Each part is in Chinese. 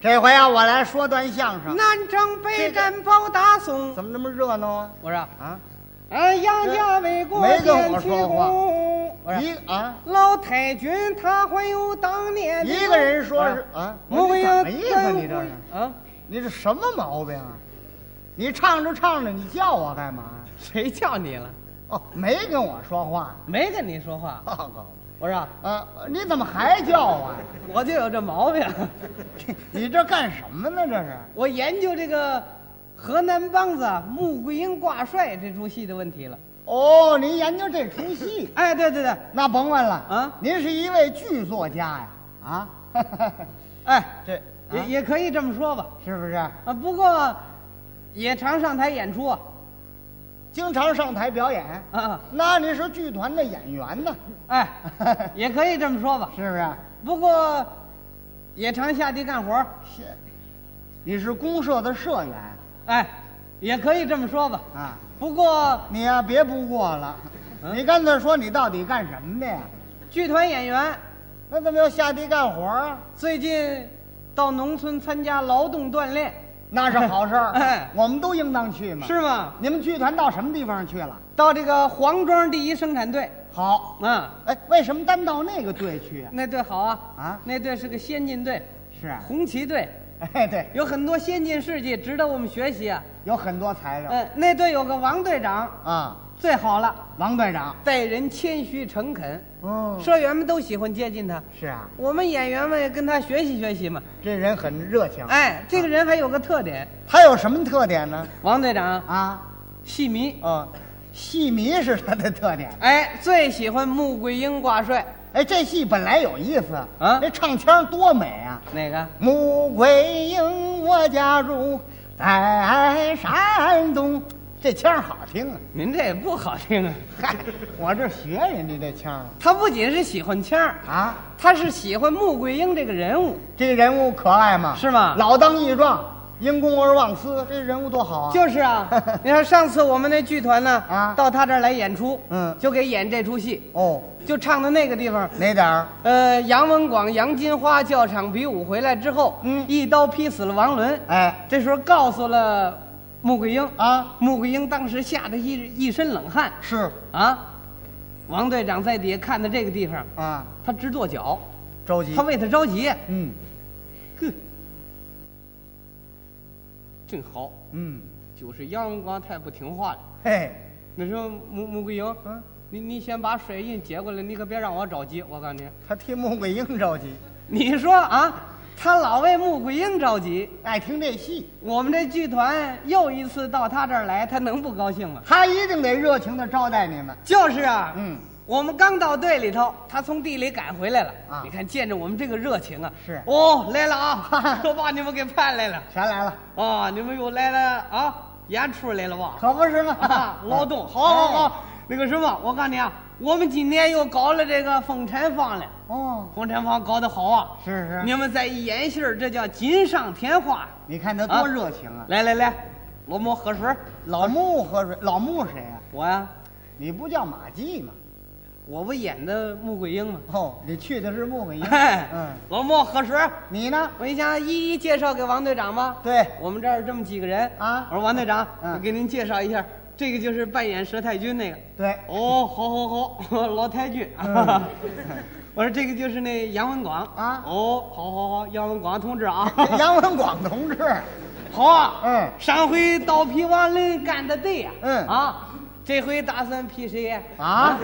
这回啊，我来说段相声，南征北战包打松，怎么这么热闹啊？我说，啊，哎，杨家卫国没跟我建旗说话功。我说，一个啊，老太君他还有当年的一个人说是啊，我你也怎么意思？跟你这是，啊？你这什么毛病啊？你唱着唱着，你叫我干嘛呀？谁叫你了？哦，没跟我说话， 没跟你说话。报告。我说，啊，你怎么还叫啊？我就有这毛病。你这干什么呢？这是 我研究这个河南梆子啊穆桂英挂帅这出戏的问题了。哦，您研究这出 戏，哎，对对对，那甭问了啊您是一位剧作家呀，啊， 哎，这也、啊也可以这么说吧。是不是啊，不过也常上台演出啊。经常上台表演？啊，那你是剧团的演员呢，哎，也可以这么说吧。是不是？不过也常下地干活儿，是，你是公社的社员哎，也可以这么说吧。啊？不过你呀、别不过了，嗯你干脆说你到底干什么的呀？剧团演员那怎么又下地干活啊？最近到农村参加劳动锻炼，那是好事儿， 哎我们都应当去嘛。是吗？你们剧团到什么地方去了？到这个黄庄第一生产队，好，啊，哎，为什么单到那个队去啊？那队好啊，啊那队是个先进队，是啊， 红旗队，哎，对，有很多先进事迹值得我们学习啊。有很多材料、嗯，那队有个王队长，啊。最好了，王队长，待人谦虚诚恳，嗯，社员们都喜欢接近他。是啊，我们演员们也跟他学习学习嘛。这人很热情。，哎，这个人还有个特点，他有什么特点呢？王队长啊，戏迷，哦，戏迷是他的特点。哎，最喜欢穆桂英挂帅，哎，这戏本来有意思啊那唱腔多美啊！哪个？穆桂英，我家住在山东，这腔好听啊！您这也不好听啊。嗨，我这学人家这腔啊他不仅是喜欢腔儿，啊，他是喜欢穆桂英这个人物，这人物可爱吗？是吗老当益壮，因公而忘私，这人物多好啊！就 是啊，你看上次我们那剧团呢，啊到他这儿来演出，嗯就给演这出戏，哦，就唱的那个地方，哪点儿？呃，杨文广、杨金花教场比武回来之后，嗯一刀劈死了王伦，哎，这时候告诉了穆桂英，啊，穆桂英当时吓得一一身冷汗是啊，王队长在底下看的这个地方，啊，他直跺脚，着急他。为他着急，嗯哼，正好嗯，就是杨文广太不听话了。嘿，那时候穆穆桂英，嗯，你你先把水印接过来，你可别让我着急。我告诉你，他替穆桂英着急，你说啊，他老为穆桂英着急，爱听这戏，我们这剧团又一次到他这儿来，他能不高兴吗？他一定得热情的招待你们。就是啊，嗯，我们刚到队里头，他从地里赶回来了。啊你看见着我们这个热情啊，是哦，来了 啊，我把你们给盼来了全来了，啊，你们又来了啊，演出来了吧？ 可不是吗？啊，劳动， 好好好，那个什么，我告诉你啊，我们今年又搞了这个风尘坊了，哎。哦，风尘坊搞得好啊！是是你们再一演戏儿，这叫锦上添花。你看他多啊热情啊！来来来，老莫喝水儿。老穆喝水，老穆谁呀、我呀、你不叫马季吗？我不演的穆桂英吗？哦，你去的是穆桂英。哎，嗯，老莫喝水儿。你呢？我一想，一一介绍给王队长吧。对，我们这儿这么几个人啊我说王队长，嗯我给您介绍一下，这个就是扮演佘太君那个。对，哦，好好好， 老太君。嗯 我说这个就是那杨文广啊，哦，好好好，杨文广同志啊杨文广同志， 好啊。嗯上回刀劈王伦干的对呀、嗯啊，这回打算劈谁呀、啊，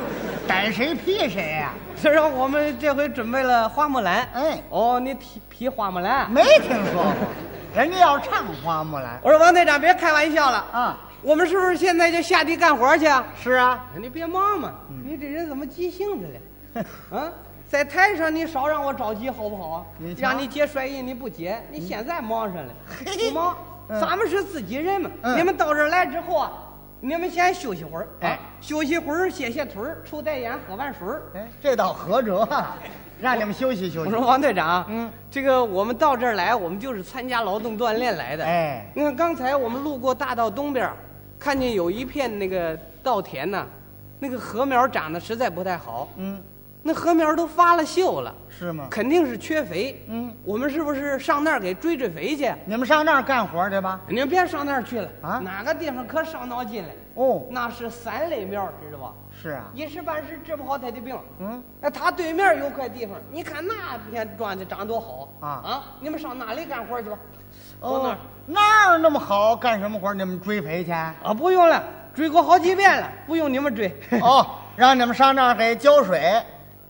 逮谁劈谁啊呀、这让我们这回准备了花木兰。哎哦，你劈劈花木兰？没听说过，人家要唱花木兰我说王队长，别开玩笑了啊。我们是不是现在就下地干活去啊？是啊， 你别忙嘛，你这人怎么急性子嘞？啊，在台上你少让我着急好不好啊你？瞧让你接摔印你不接，你现在忙上了，嘿不忙。嗯咱们是自己人嘛，嗯你们到这儿来之后啊，你们先休息会儿，哎啊，休息会儿，歇歇腿儿，抽袋烟，喝碗水儿。哎，这倒合辙啊，让你们休息休我息说。王队长，啊嗯，这个我们到这儿来，我们就是参加劳动锻炼来的。哎你看刚才我们路过大道东边儿，看见有一片那个稻田呐，那个禾苗长得实在不太好。嗯，那禾苗都发了锈了，是吗？肯定是缺肥。嗯，我们是不是上那儿给追追肥去？你们上那儿干活去吧。您别上那儿去了啊哪个地方可伤脑筋了？哦，那是三类苗，知道吧？是啊，一时半时治不好他的病。嗯，哎，他对面有块地方，你看那片庄稼长多好啊啊！你们上哪里干活去吧？到那哦儿，那儿那么好，干什么活？你们追肥去？啊，不用了，追过好几遍了，不用你 们追。哦，让你们上那儿给浇水。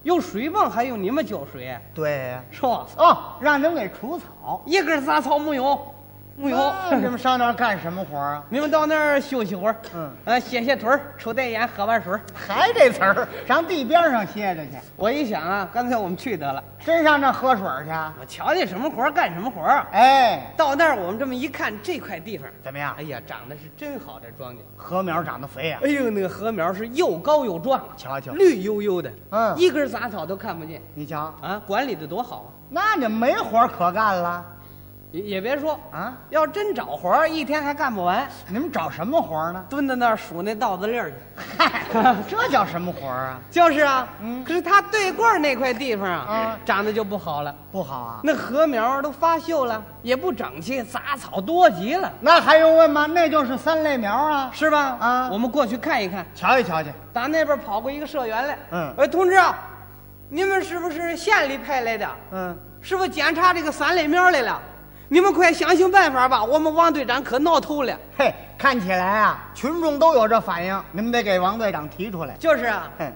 有水泵还用你们浇水对，是吧？哦，让你们给除草。一根杂草没有，没有。 那你们上那儿干什么活啊？你们到那儿休息会儿，嗯，呃，歇歇腿儿，抽袋烟，喝碗水儿。还这词儿，上地边上歇着去，我一想啊，干脆我们去得了。真上那儿喝水去？我瞧见什么活儿干什么活儿啊。哎，到那儿我们这么一看，这块地方，怎么样哎？呀，长得是真好，这庄稼。禾苗长得肥呀、啊哎呦，那个禾苗是又高又壮，啊瞧瞧绿油油的，嗯一根杂草都看不见你瞧，啊！管理的多好啊！那你没活可干了也也别说，啊？要真找活儿，一天还干不完，你们找什么活呢？蹲在那儿数那稻子粒儿去。嗨， 这叫什么活啊？就是啊，嗯可是他对过儿那块地方啊啊，长得就不好了，不好啊？那禾苗都发锈了，也不整齐，杂草多极了，那还用问吗？那就是三类苗啊！是吧？啊我们过去看一看。瞧一瞧去，打那边跑过一个社员来，嗯哎，同志啊，你们是不是县里派来的？嗯，是不是检查这个三类苗来了？你们快想想办法吧，我们王队长可闹头了。嘿，看起来啊，群众都有这反应，你们得给王队长提出来。就是啊，嘿，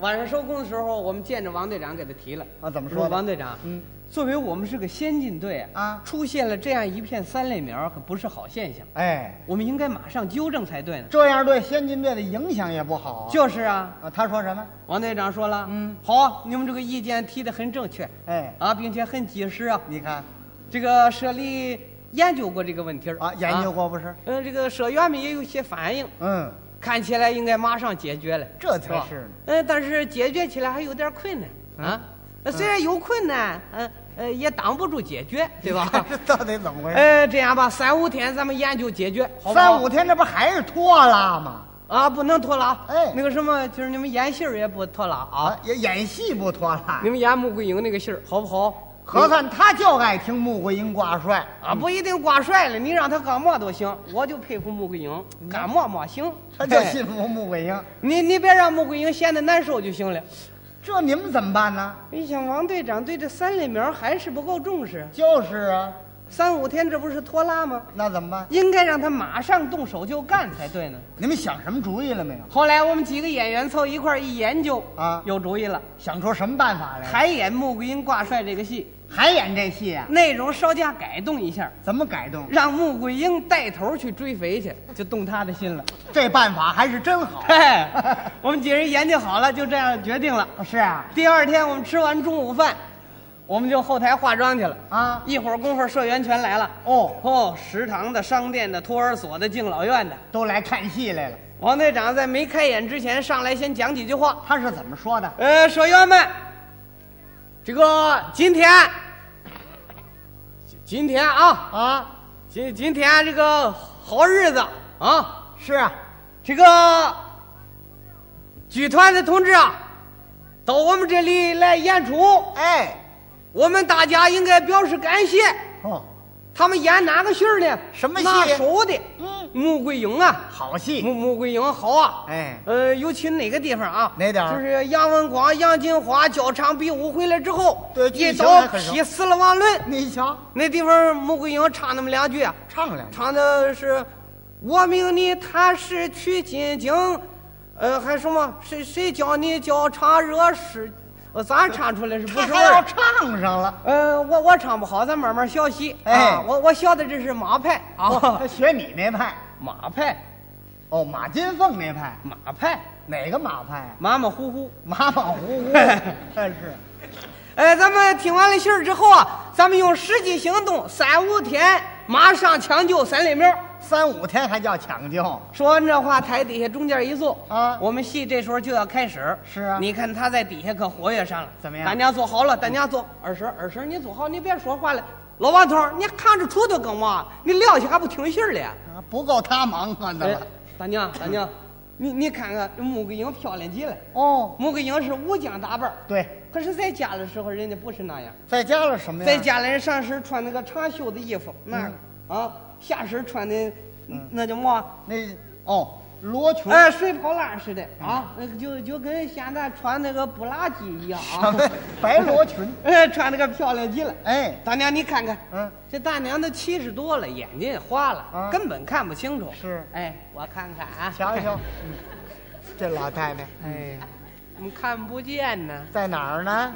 晚上收工的时候，我们见着王队长给他提了。啊怎么说我的王队长，嗯，作为我们是个先进队啊出现了这样一片三类苗，可不是好现象，哎，我们应该马上纠正才对呢。这样对先进队的影响也不好啊。就是啊，啊，他说什么？王队长说了，嗯好啊，你们这个意见提得很正确哎，啊，并且很及时啊。你看这个社里研究过这个问题儿啊，研究。啊过不是？呃，这个社员们也有些反应，嗯，看起来应该马上解决了，这吧才是呢。呃，但是解决起来还有点困难啊。呃虽然有困难，呃呃，也挡不住解决， 对吧？这 到底怎么回事？呃，这样吧，三五天咱们研究解决，好不好三五天，这不还是拖拉吗？啊，不能拖拉。哎那个什么，就是你们演戏儿也不拖拉啊啊，，演演戏不拖拉你，们演穆桂英那个戏儿好不好？合算他就爱听穆桂英挂帅。啊，不一定挂帅了，你让他干嘛都行，我就佩服穆桂英，干嘛嘛行，嗯他就哎信服穆桂英，你你别让穆桂英闲得难受就行了。这你们怎么办呢？一想，王队长对这三类苗还是不够重视，就是啊，三五天这不是拖拉吗？那怎么办？应该让他马上动手就干才对呢。你们想什么主意了没有？后来我们几个演员凑一块儿一研究，啊有主意了，想出什么办法来？还演穆桂英挂帅这个戏，还演这戏啊？内容稍加改动一下，怎么改动？让穆桂英带头去追肥去，就动他的心了。这办法还是真好。嘿， 我们几人研究好了，就这样决定了。是啊，第二天我们吃完中午饭，我们就后台化妆去了。啊，一会儿功夫，社员全来了。哦，哦，食堂的、商店的、托儿所的、敬老院的，都来看戏来了。王队长在没开演之前上来先讲几句话。他是怎么说的？呃，社员们，这个今天，今今天啊，啊，今今天这个好日子啊，是啊，这个剧团的同志啊，到我们这里来演出，哎，我们大家应该表示感谢。哦，他们演哪个戏儿呢？什么戏拿手的，嗯，穆桂英啊，好戏， 穆穆桂英好啊，哎呃，尤其哪个地方啊？哪点儿就是杨文广、杨金花交场比武回来之后，对一剧情刀还很熟劈死了王伦。你瞧，那地方穆桂英唱那么两句啊，唱两句。唱的是“我命你踏实去进京”，呃，还什么谁谁教你交场惹事？呃，咱唱出来是不他是还味要儿？唱上了。呃，我我唱不好，咱慢慢学习。哎啊，我我学的这是马派啊哦他，学你那派， 马派，哦，马金凤那派，马派，哪个马派啊？马马虎虎。马 马虎虎，但是呃，咱们听完了信儿之后啊，咱们用实际行动，三五天马上抢救三类苗。三五天还叫抢救，说完这话，台底下中间一坐啊我们戏这时候就要开始。是啊你看他在底下可活跃上了。怎么样大家坐好了，大家坐。二婶，二婶，你坐好，你别说话了。老王头儿，你看着锄头干嘛？你撂下还不听信儿了？啊不够他忙活的哎了。，大娘，大娘， 你你看看穆桂英漂亮极了，哦，穆桂英是无精打扮儿，对，可是在家的时候人家不是那样，在家了什么呀？在家里人上身穿那个长袖的衣服，那个嗯啊，下身穿的那叫嘛？那哦，罗裙哎，水泡烂似的嗯啊，那个就就跟现在穿那个布拉吉一样什啊么，白罗裙？哎， 穿那个漂亮极了。哎，大娘，你看看，嗯，这大娘都七十多了，眼睛也花了，啊根本看不清楚。是哎，我看看啊，瞧 瞧，嗯这老太太哎，怎么看不见呢？在哪儿呢？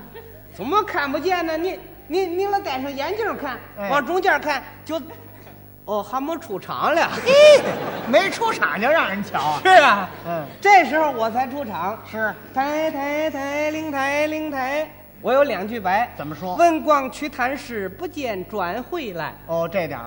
怎么看不见呢？你你你老戴上眼镜看，哎往中间看就，哦，还没出 场了。嘿，没出场就让人瞧啊！是啊，嗯，这时候我才出场。是抬抬抬，灵抬灵抬，我有两句白。怎么说问逛瞿谈市，不见转回来。哦，这点儿。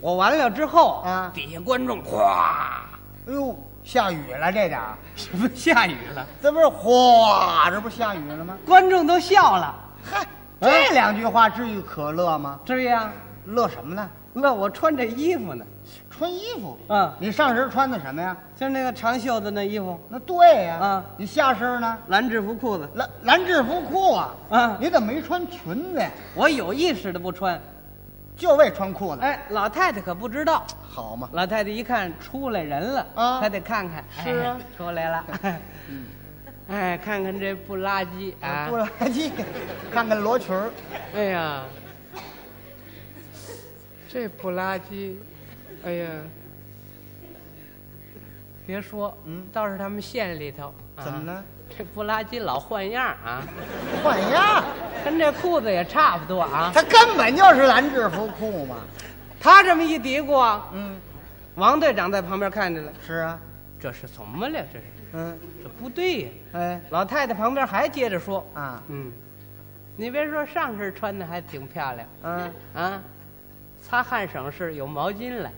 我完了之后，啊底下观众 哗，哎呦，下雨了，这点儿，什么下雨了？这不是哗，这不下雨了吗？观众都笑了。嗨，这两句话至于可乐吗？这样，乐什么呢？那我穿着衣服呢，穿衣服嗯你上身穿的什么呀？就是那个长袖子那衣服，那对呀、嗯你下身呢？蓝制服裤子，蓝蓝制服裤啊，嗯你怎么没穿裙子呀？我有意识的不穿。就为穿裤子，哎，老太太可不知道，好嘛？老太太一看出来人了，啊她得看看，是啊哎出来 了，哎，看看这布拉吉啊不，然 你看看罗裙儿，哎呀， 这布拉吉，哎呀，别说，嗯倒是他们县里头怎么？啊呢？这布拉吉老换样 啊，换样儿，跟这裤子也差不多啊。他根本就是蓝制服裤嘛。他这么一嘀咕，啊嗯，王队长在旁边看着了，是啊，这是怎么了？这是嗯，这不对呀、哎老太太旁边还接着说啊：“嗯，你别说，上身穿的还挺漂亮嗯，啊，擦汗省事，有毛巾 了，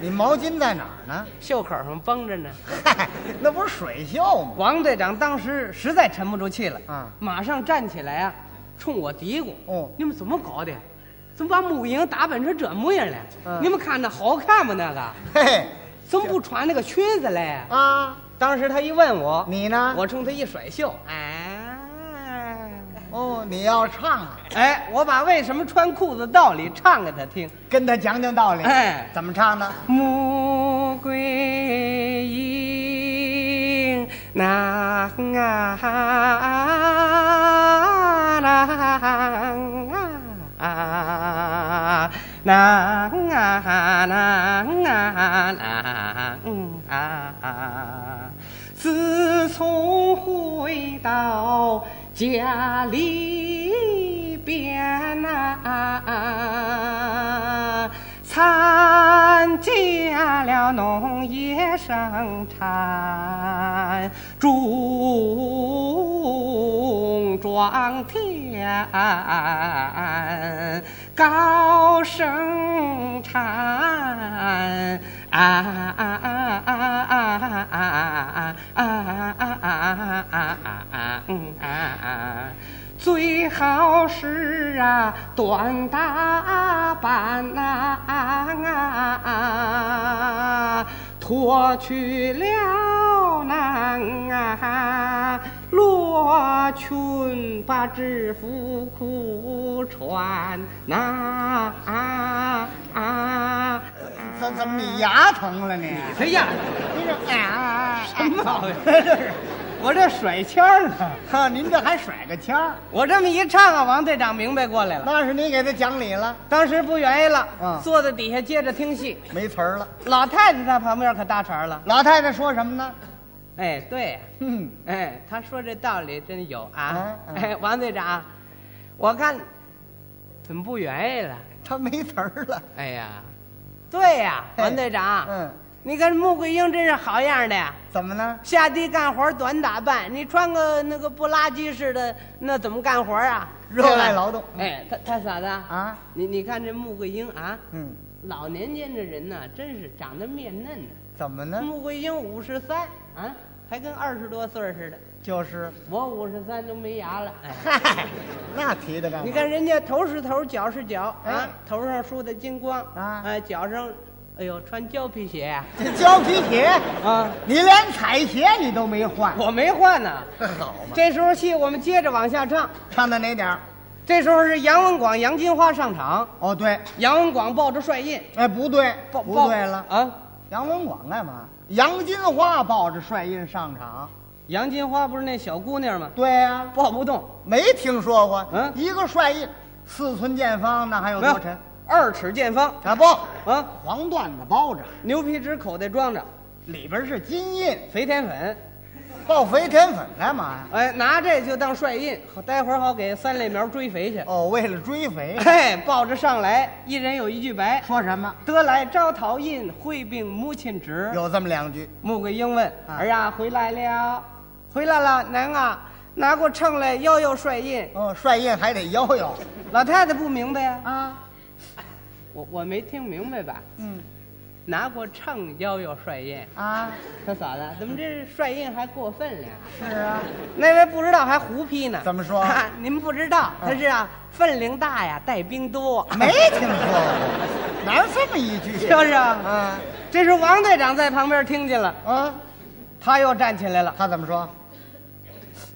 你毛巾在哪儿呢？袖口上绷着呢。嗨，那不是水袖”吗？王队长当时实在沉不住气了啊马上站起来啊，冲我嘀咕：“哦你们怎么搞的？怎么把母婴打扮成这模样了？嗯你们看着好看吗？那个嘿怎么不穿那个裙子嘞？”啊啊，当时他一问我，你呢？我冲他一甩袖，哎，哦，你要唱啊，哎，我把为什么穿裤子道理唱给他听。跟他讲讲道理。哎怎么唱呢？穆桂英，那啊那啊那啊那啊那啊，自从回到家里边呐、参加了农业生产种庄田，高生产。啊啊啊啊啊啊啊啊啊啊啊！嗯啊啊，最好是啊短打扮呐、啊，脱去了那啊罗裙，把制服裤穿呐啊啊啊！怎怎么你牙疼了你？啊哎呀，您这啊什么毛病这是，我这甩签儿呢。哈，您这还甩个腔儿，我这么一唱啊，王队长明白过来了，那是你给他讲理了，当时不愿意了，嗯坐在底下接着听戏。没词儿了。老太太在旁边可搭茬了，老太太说什么呢？哎，对，嗯，哎，他说这道理真有啊啊。啊哎，王队长，我看怎么不愿意了？他没词儿了。哎呀，对呀，哎王队长，嗯，你看穆桂英真是好样的呀。怎么呢？下地干活短打扮，你穿个那个不拉几似的，那怎么干活啊？热爱劳动嗯对吧哎，他他嫂子啊，你你看这穆桂英啊，嗯，老年间的人呐、真是长得面嫩呢、怎么呢？穆桂英五十三啊，还跟二十多岁儿似的。就是，我五十三都没牙了。哎，嗨， 那提的干嘛？你看人家头是头，脚是脚啊哎，头上梳的金光啊哎，脚上哎呦，穿胶皮鞋这胶皮鞋，啊！你连彩鞋你都没换，我没换呢。好嘛？这时候戏我们接着往下唱，唱到哪点儿？这时候是杨文广、杨金花上场，哦，对，杨文广抱着帅印，哎，不对，抱不抱对了，啊！杨文广干嘛？杨金花抱着帅印上场。杨金花不是那小姑娘吗？对啊呀、抱不动，没听说过。嗯一个帅印，四寸见方，那还有没多有沉？，二尺见方啊不，啊！黄缎子包着，牛皮纸口袋装着里边是金印，肥田粉，爆肥田粉干嘛呀？哎，拿这就当帅印，好待会儿好给三类苗追肥去。哦，为了追 肥，嘿，抱着上来，一人有一句白，说什么？得来招桃印，会并母亲侄。有这么两句。穆桂英问：“啊儿啊，回来了，回来了，娘啊，拿过秤来，要要帅印。哦，帅印还得摇摇”老太太不明白呀、啊。我我没听明白吧？嗯拿过秤要要帅印，啊，他嫂子怎么这帅印还过分了？是啊，那位不知道还胡批呢？怎么说啊 您不知道，他是啊，分龄大呀，带兵多，没 听说过，哪有这么一句？是不是啊？啊这时候王队长在旁边听见了，啊，他又站起来了。他怎么说？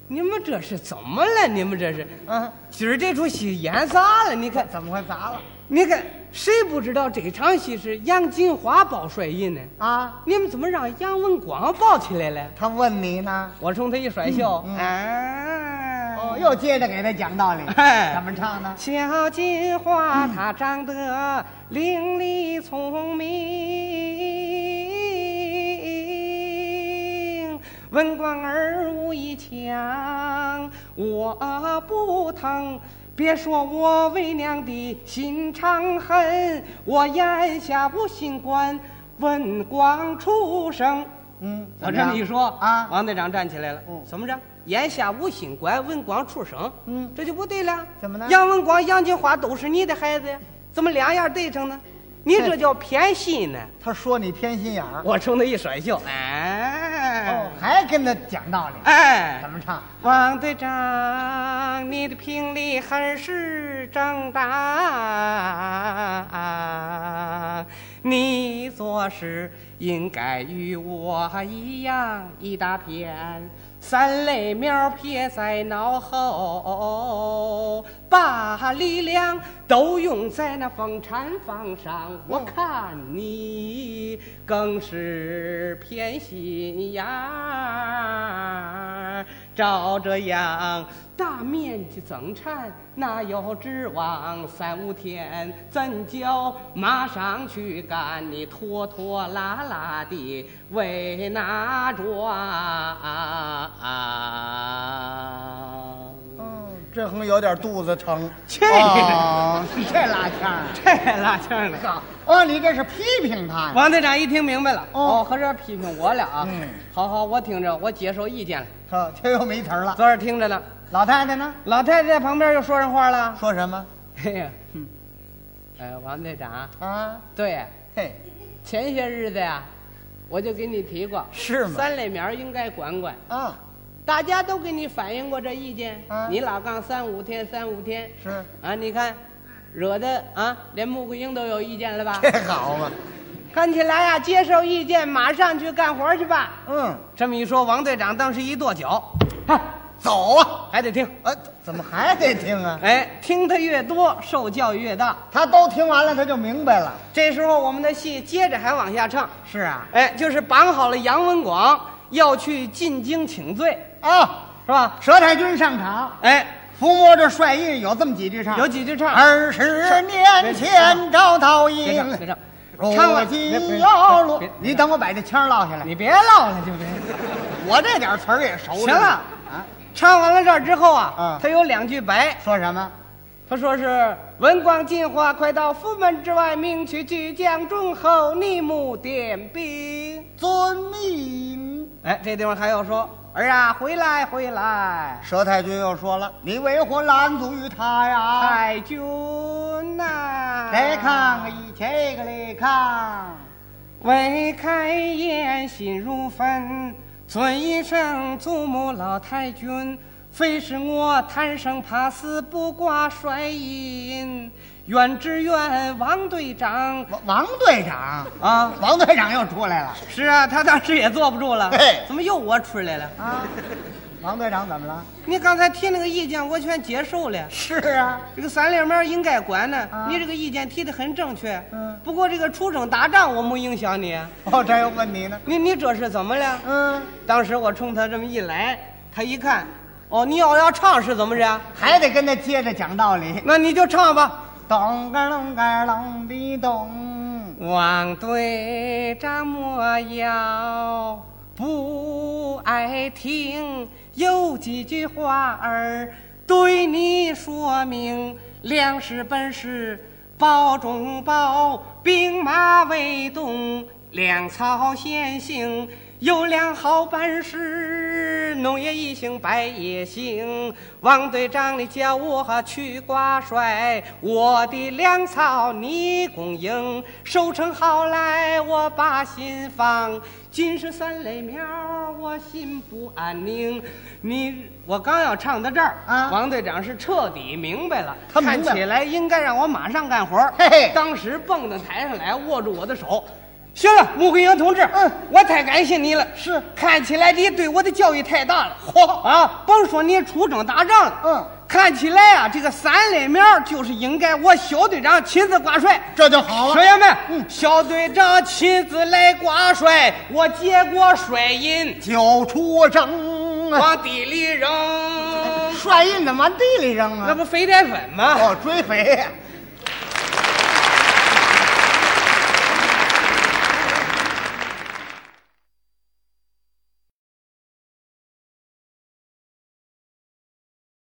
你们这是怎么了？你们这是啊，今儿这出戏演砸了？你看，怎么会砸了？你看，谁不知道这场戏是杨金花抱帅印呢？啊，你们怎么让杨文广抱起来了？他问你呢。我冲他一甩袖，嗯嗯啊！哦，又接着给他讲道理， 哎怎么唱呢？小金花她长得伶俐聪明，文官儿武艺强，我不疼。别说我为娘的心肠狠，我眼下无心官，文官出生。嗯，我怎这么样一说啊，王队长站起来了。嗯怎么着？眼下无心官，文广出生。嗯这就不对了。怎么呢杨文广、杨金花都是你的孩子呀，怎么两样对上呢？你这叫偏心呢。他说你偏心眼儿，我冲他一甩袖，哎哦，，还跟他讲道理，哎怎，么唱？王队长，你的评理很是正当，你做事应该与我一样一大片，三类苗撇在脑后，把力量都用在那风禅房上。我看你更是偏心眼儿，照这样大面积增产，哪有指望三五天咱就马上去干？你拖拖拉拉的为啊哪啊桩？嗯，这横有点肚子疼，去你的哦这拉腔儿，这拉腔的。哦，你这是批评他呀？王队长一听明白了，哦哦，合着批评我了啊！嗯好好，我听着，我接受意见了。呵，这又没词儿了。昨儿听着了，老太太呢？老太太在旁边又说上话了。说什么？哎呀，呃，王队长，啊，对，嘿，前些日子呀，我就给你提过，是吗？三类苗应该管管。啊，大家都给你反映过这意见，啊你老杠三五天，三五天，是，啊，你看，惹得啊，连穆桂英都有意见了吧？这好嘛？看起来呀，接受意见，马上去干活去吧。嗯，这么一说，王队长当时一跺脚，走啊！还得听。哎，怎么还得听啊？哎，听得越多，受教育越大。他都听完了，他就明白了。这时候，我们的戏接着还往下唱。是啊，哎，就是绑好了杨文广要去进京请罪，啊，是吧？佘太君上场，哎，抚摸着帅印，有这么几句唱。有几句唱，二十年前招桃别英唱，，别唱，唱如了今要落别别别别。你等我把这腔落下来你，别唠了，就别。 我这点词儿也熟行着呢了啊，唱完了这儿之后啊啊，他有两句白，说什么？他说是文广进化，快到府门之外，命去巨将忠厚，逆目点兵。遵命。哎，这地方还要说儿啊，回来回来，佘太君又说了：“你为何拦阻于他呀太君呐、？”啊来看一这个来看，未开言，心如焚。尊一声祖母老太君，非是我贪生怕死不挂帅印。远支援王队长王王队长，啊。王队长又出来了是啊，他当时也坐不住了嘿。怎么又我出来了？啊！王队长怎么了？你刚才提那个意见，我全接受了。是啊，这个三连面应该管呢。啊你这个意见提的很正确。嗯不过这个出征打仗我没影响你，哦，这又问你呢。你你这是怎么了？嗯，当时我冲他这么一来，他一看，哦，你要要唱是怎么着？还得跟他接着讲道理。那你就唱吧。咚个隆个隆的咚，王队长莫要不爱听，有几句话儿对你说明：粮食本是包中包，兵马未动，粮草先行。有粮好本事，农业一行百业兴。王队长，你叫我去挂帅，我的粮草你供应，收成好来我把心放。今是三类苗，我心不安宁。你我刚要唱到这儿，啊王队长是彻底明白了，他明白了看起来应该让我马上干活儿。嘿嘿当时蹦到台上来，握住我的手。行了，穆桂英同志，嗯我太感谢你了。是看起来你对我的教育太大了。嚯啊，甭说你出征打仗了，嗯，看起来啊，这个三连苗就是应该我小队长亲自挂帅。这就好啊嗯学了。员们，小队长亲自来挂帅，我接过 帅印九出征啊，往地里扔，嗯帅印怎么往地里扔那啊？ 不肥宅粉吗？哦，追肥。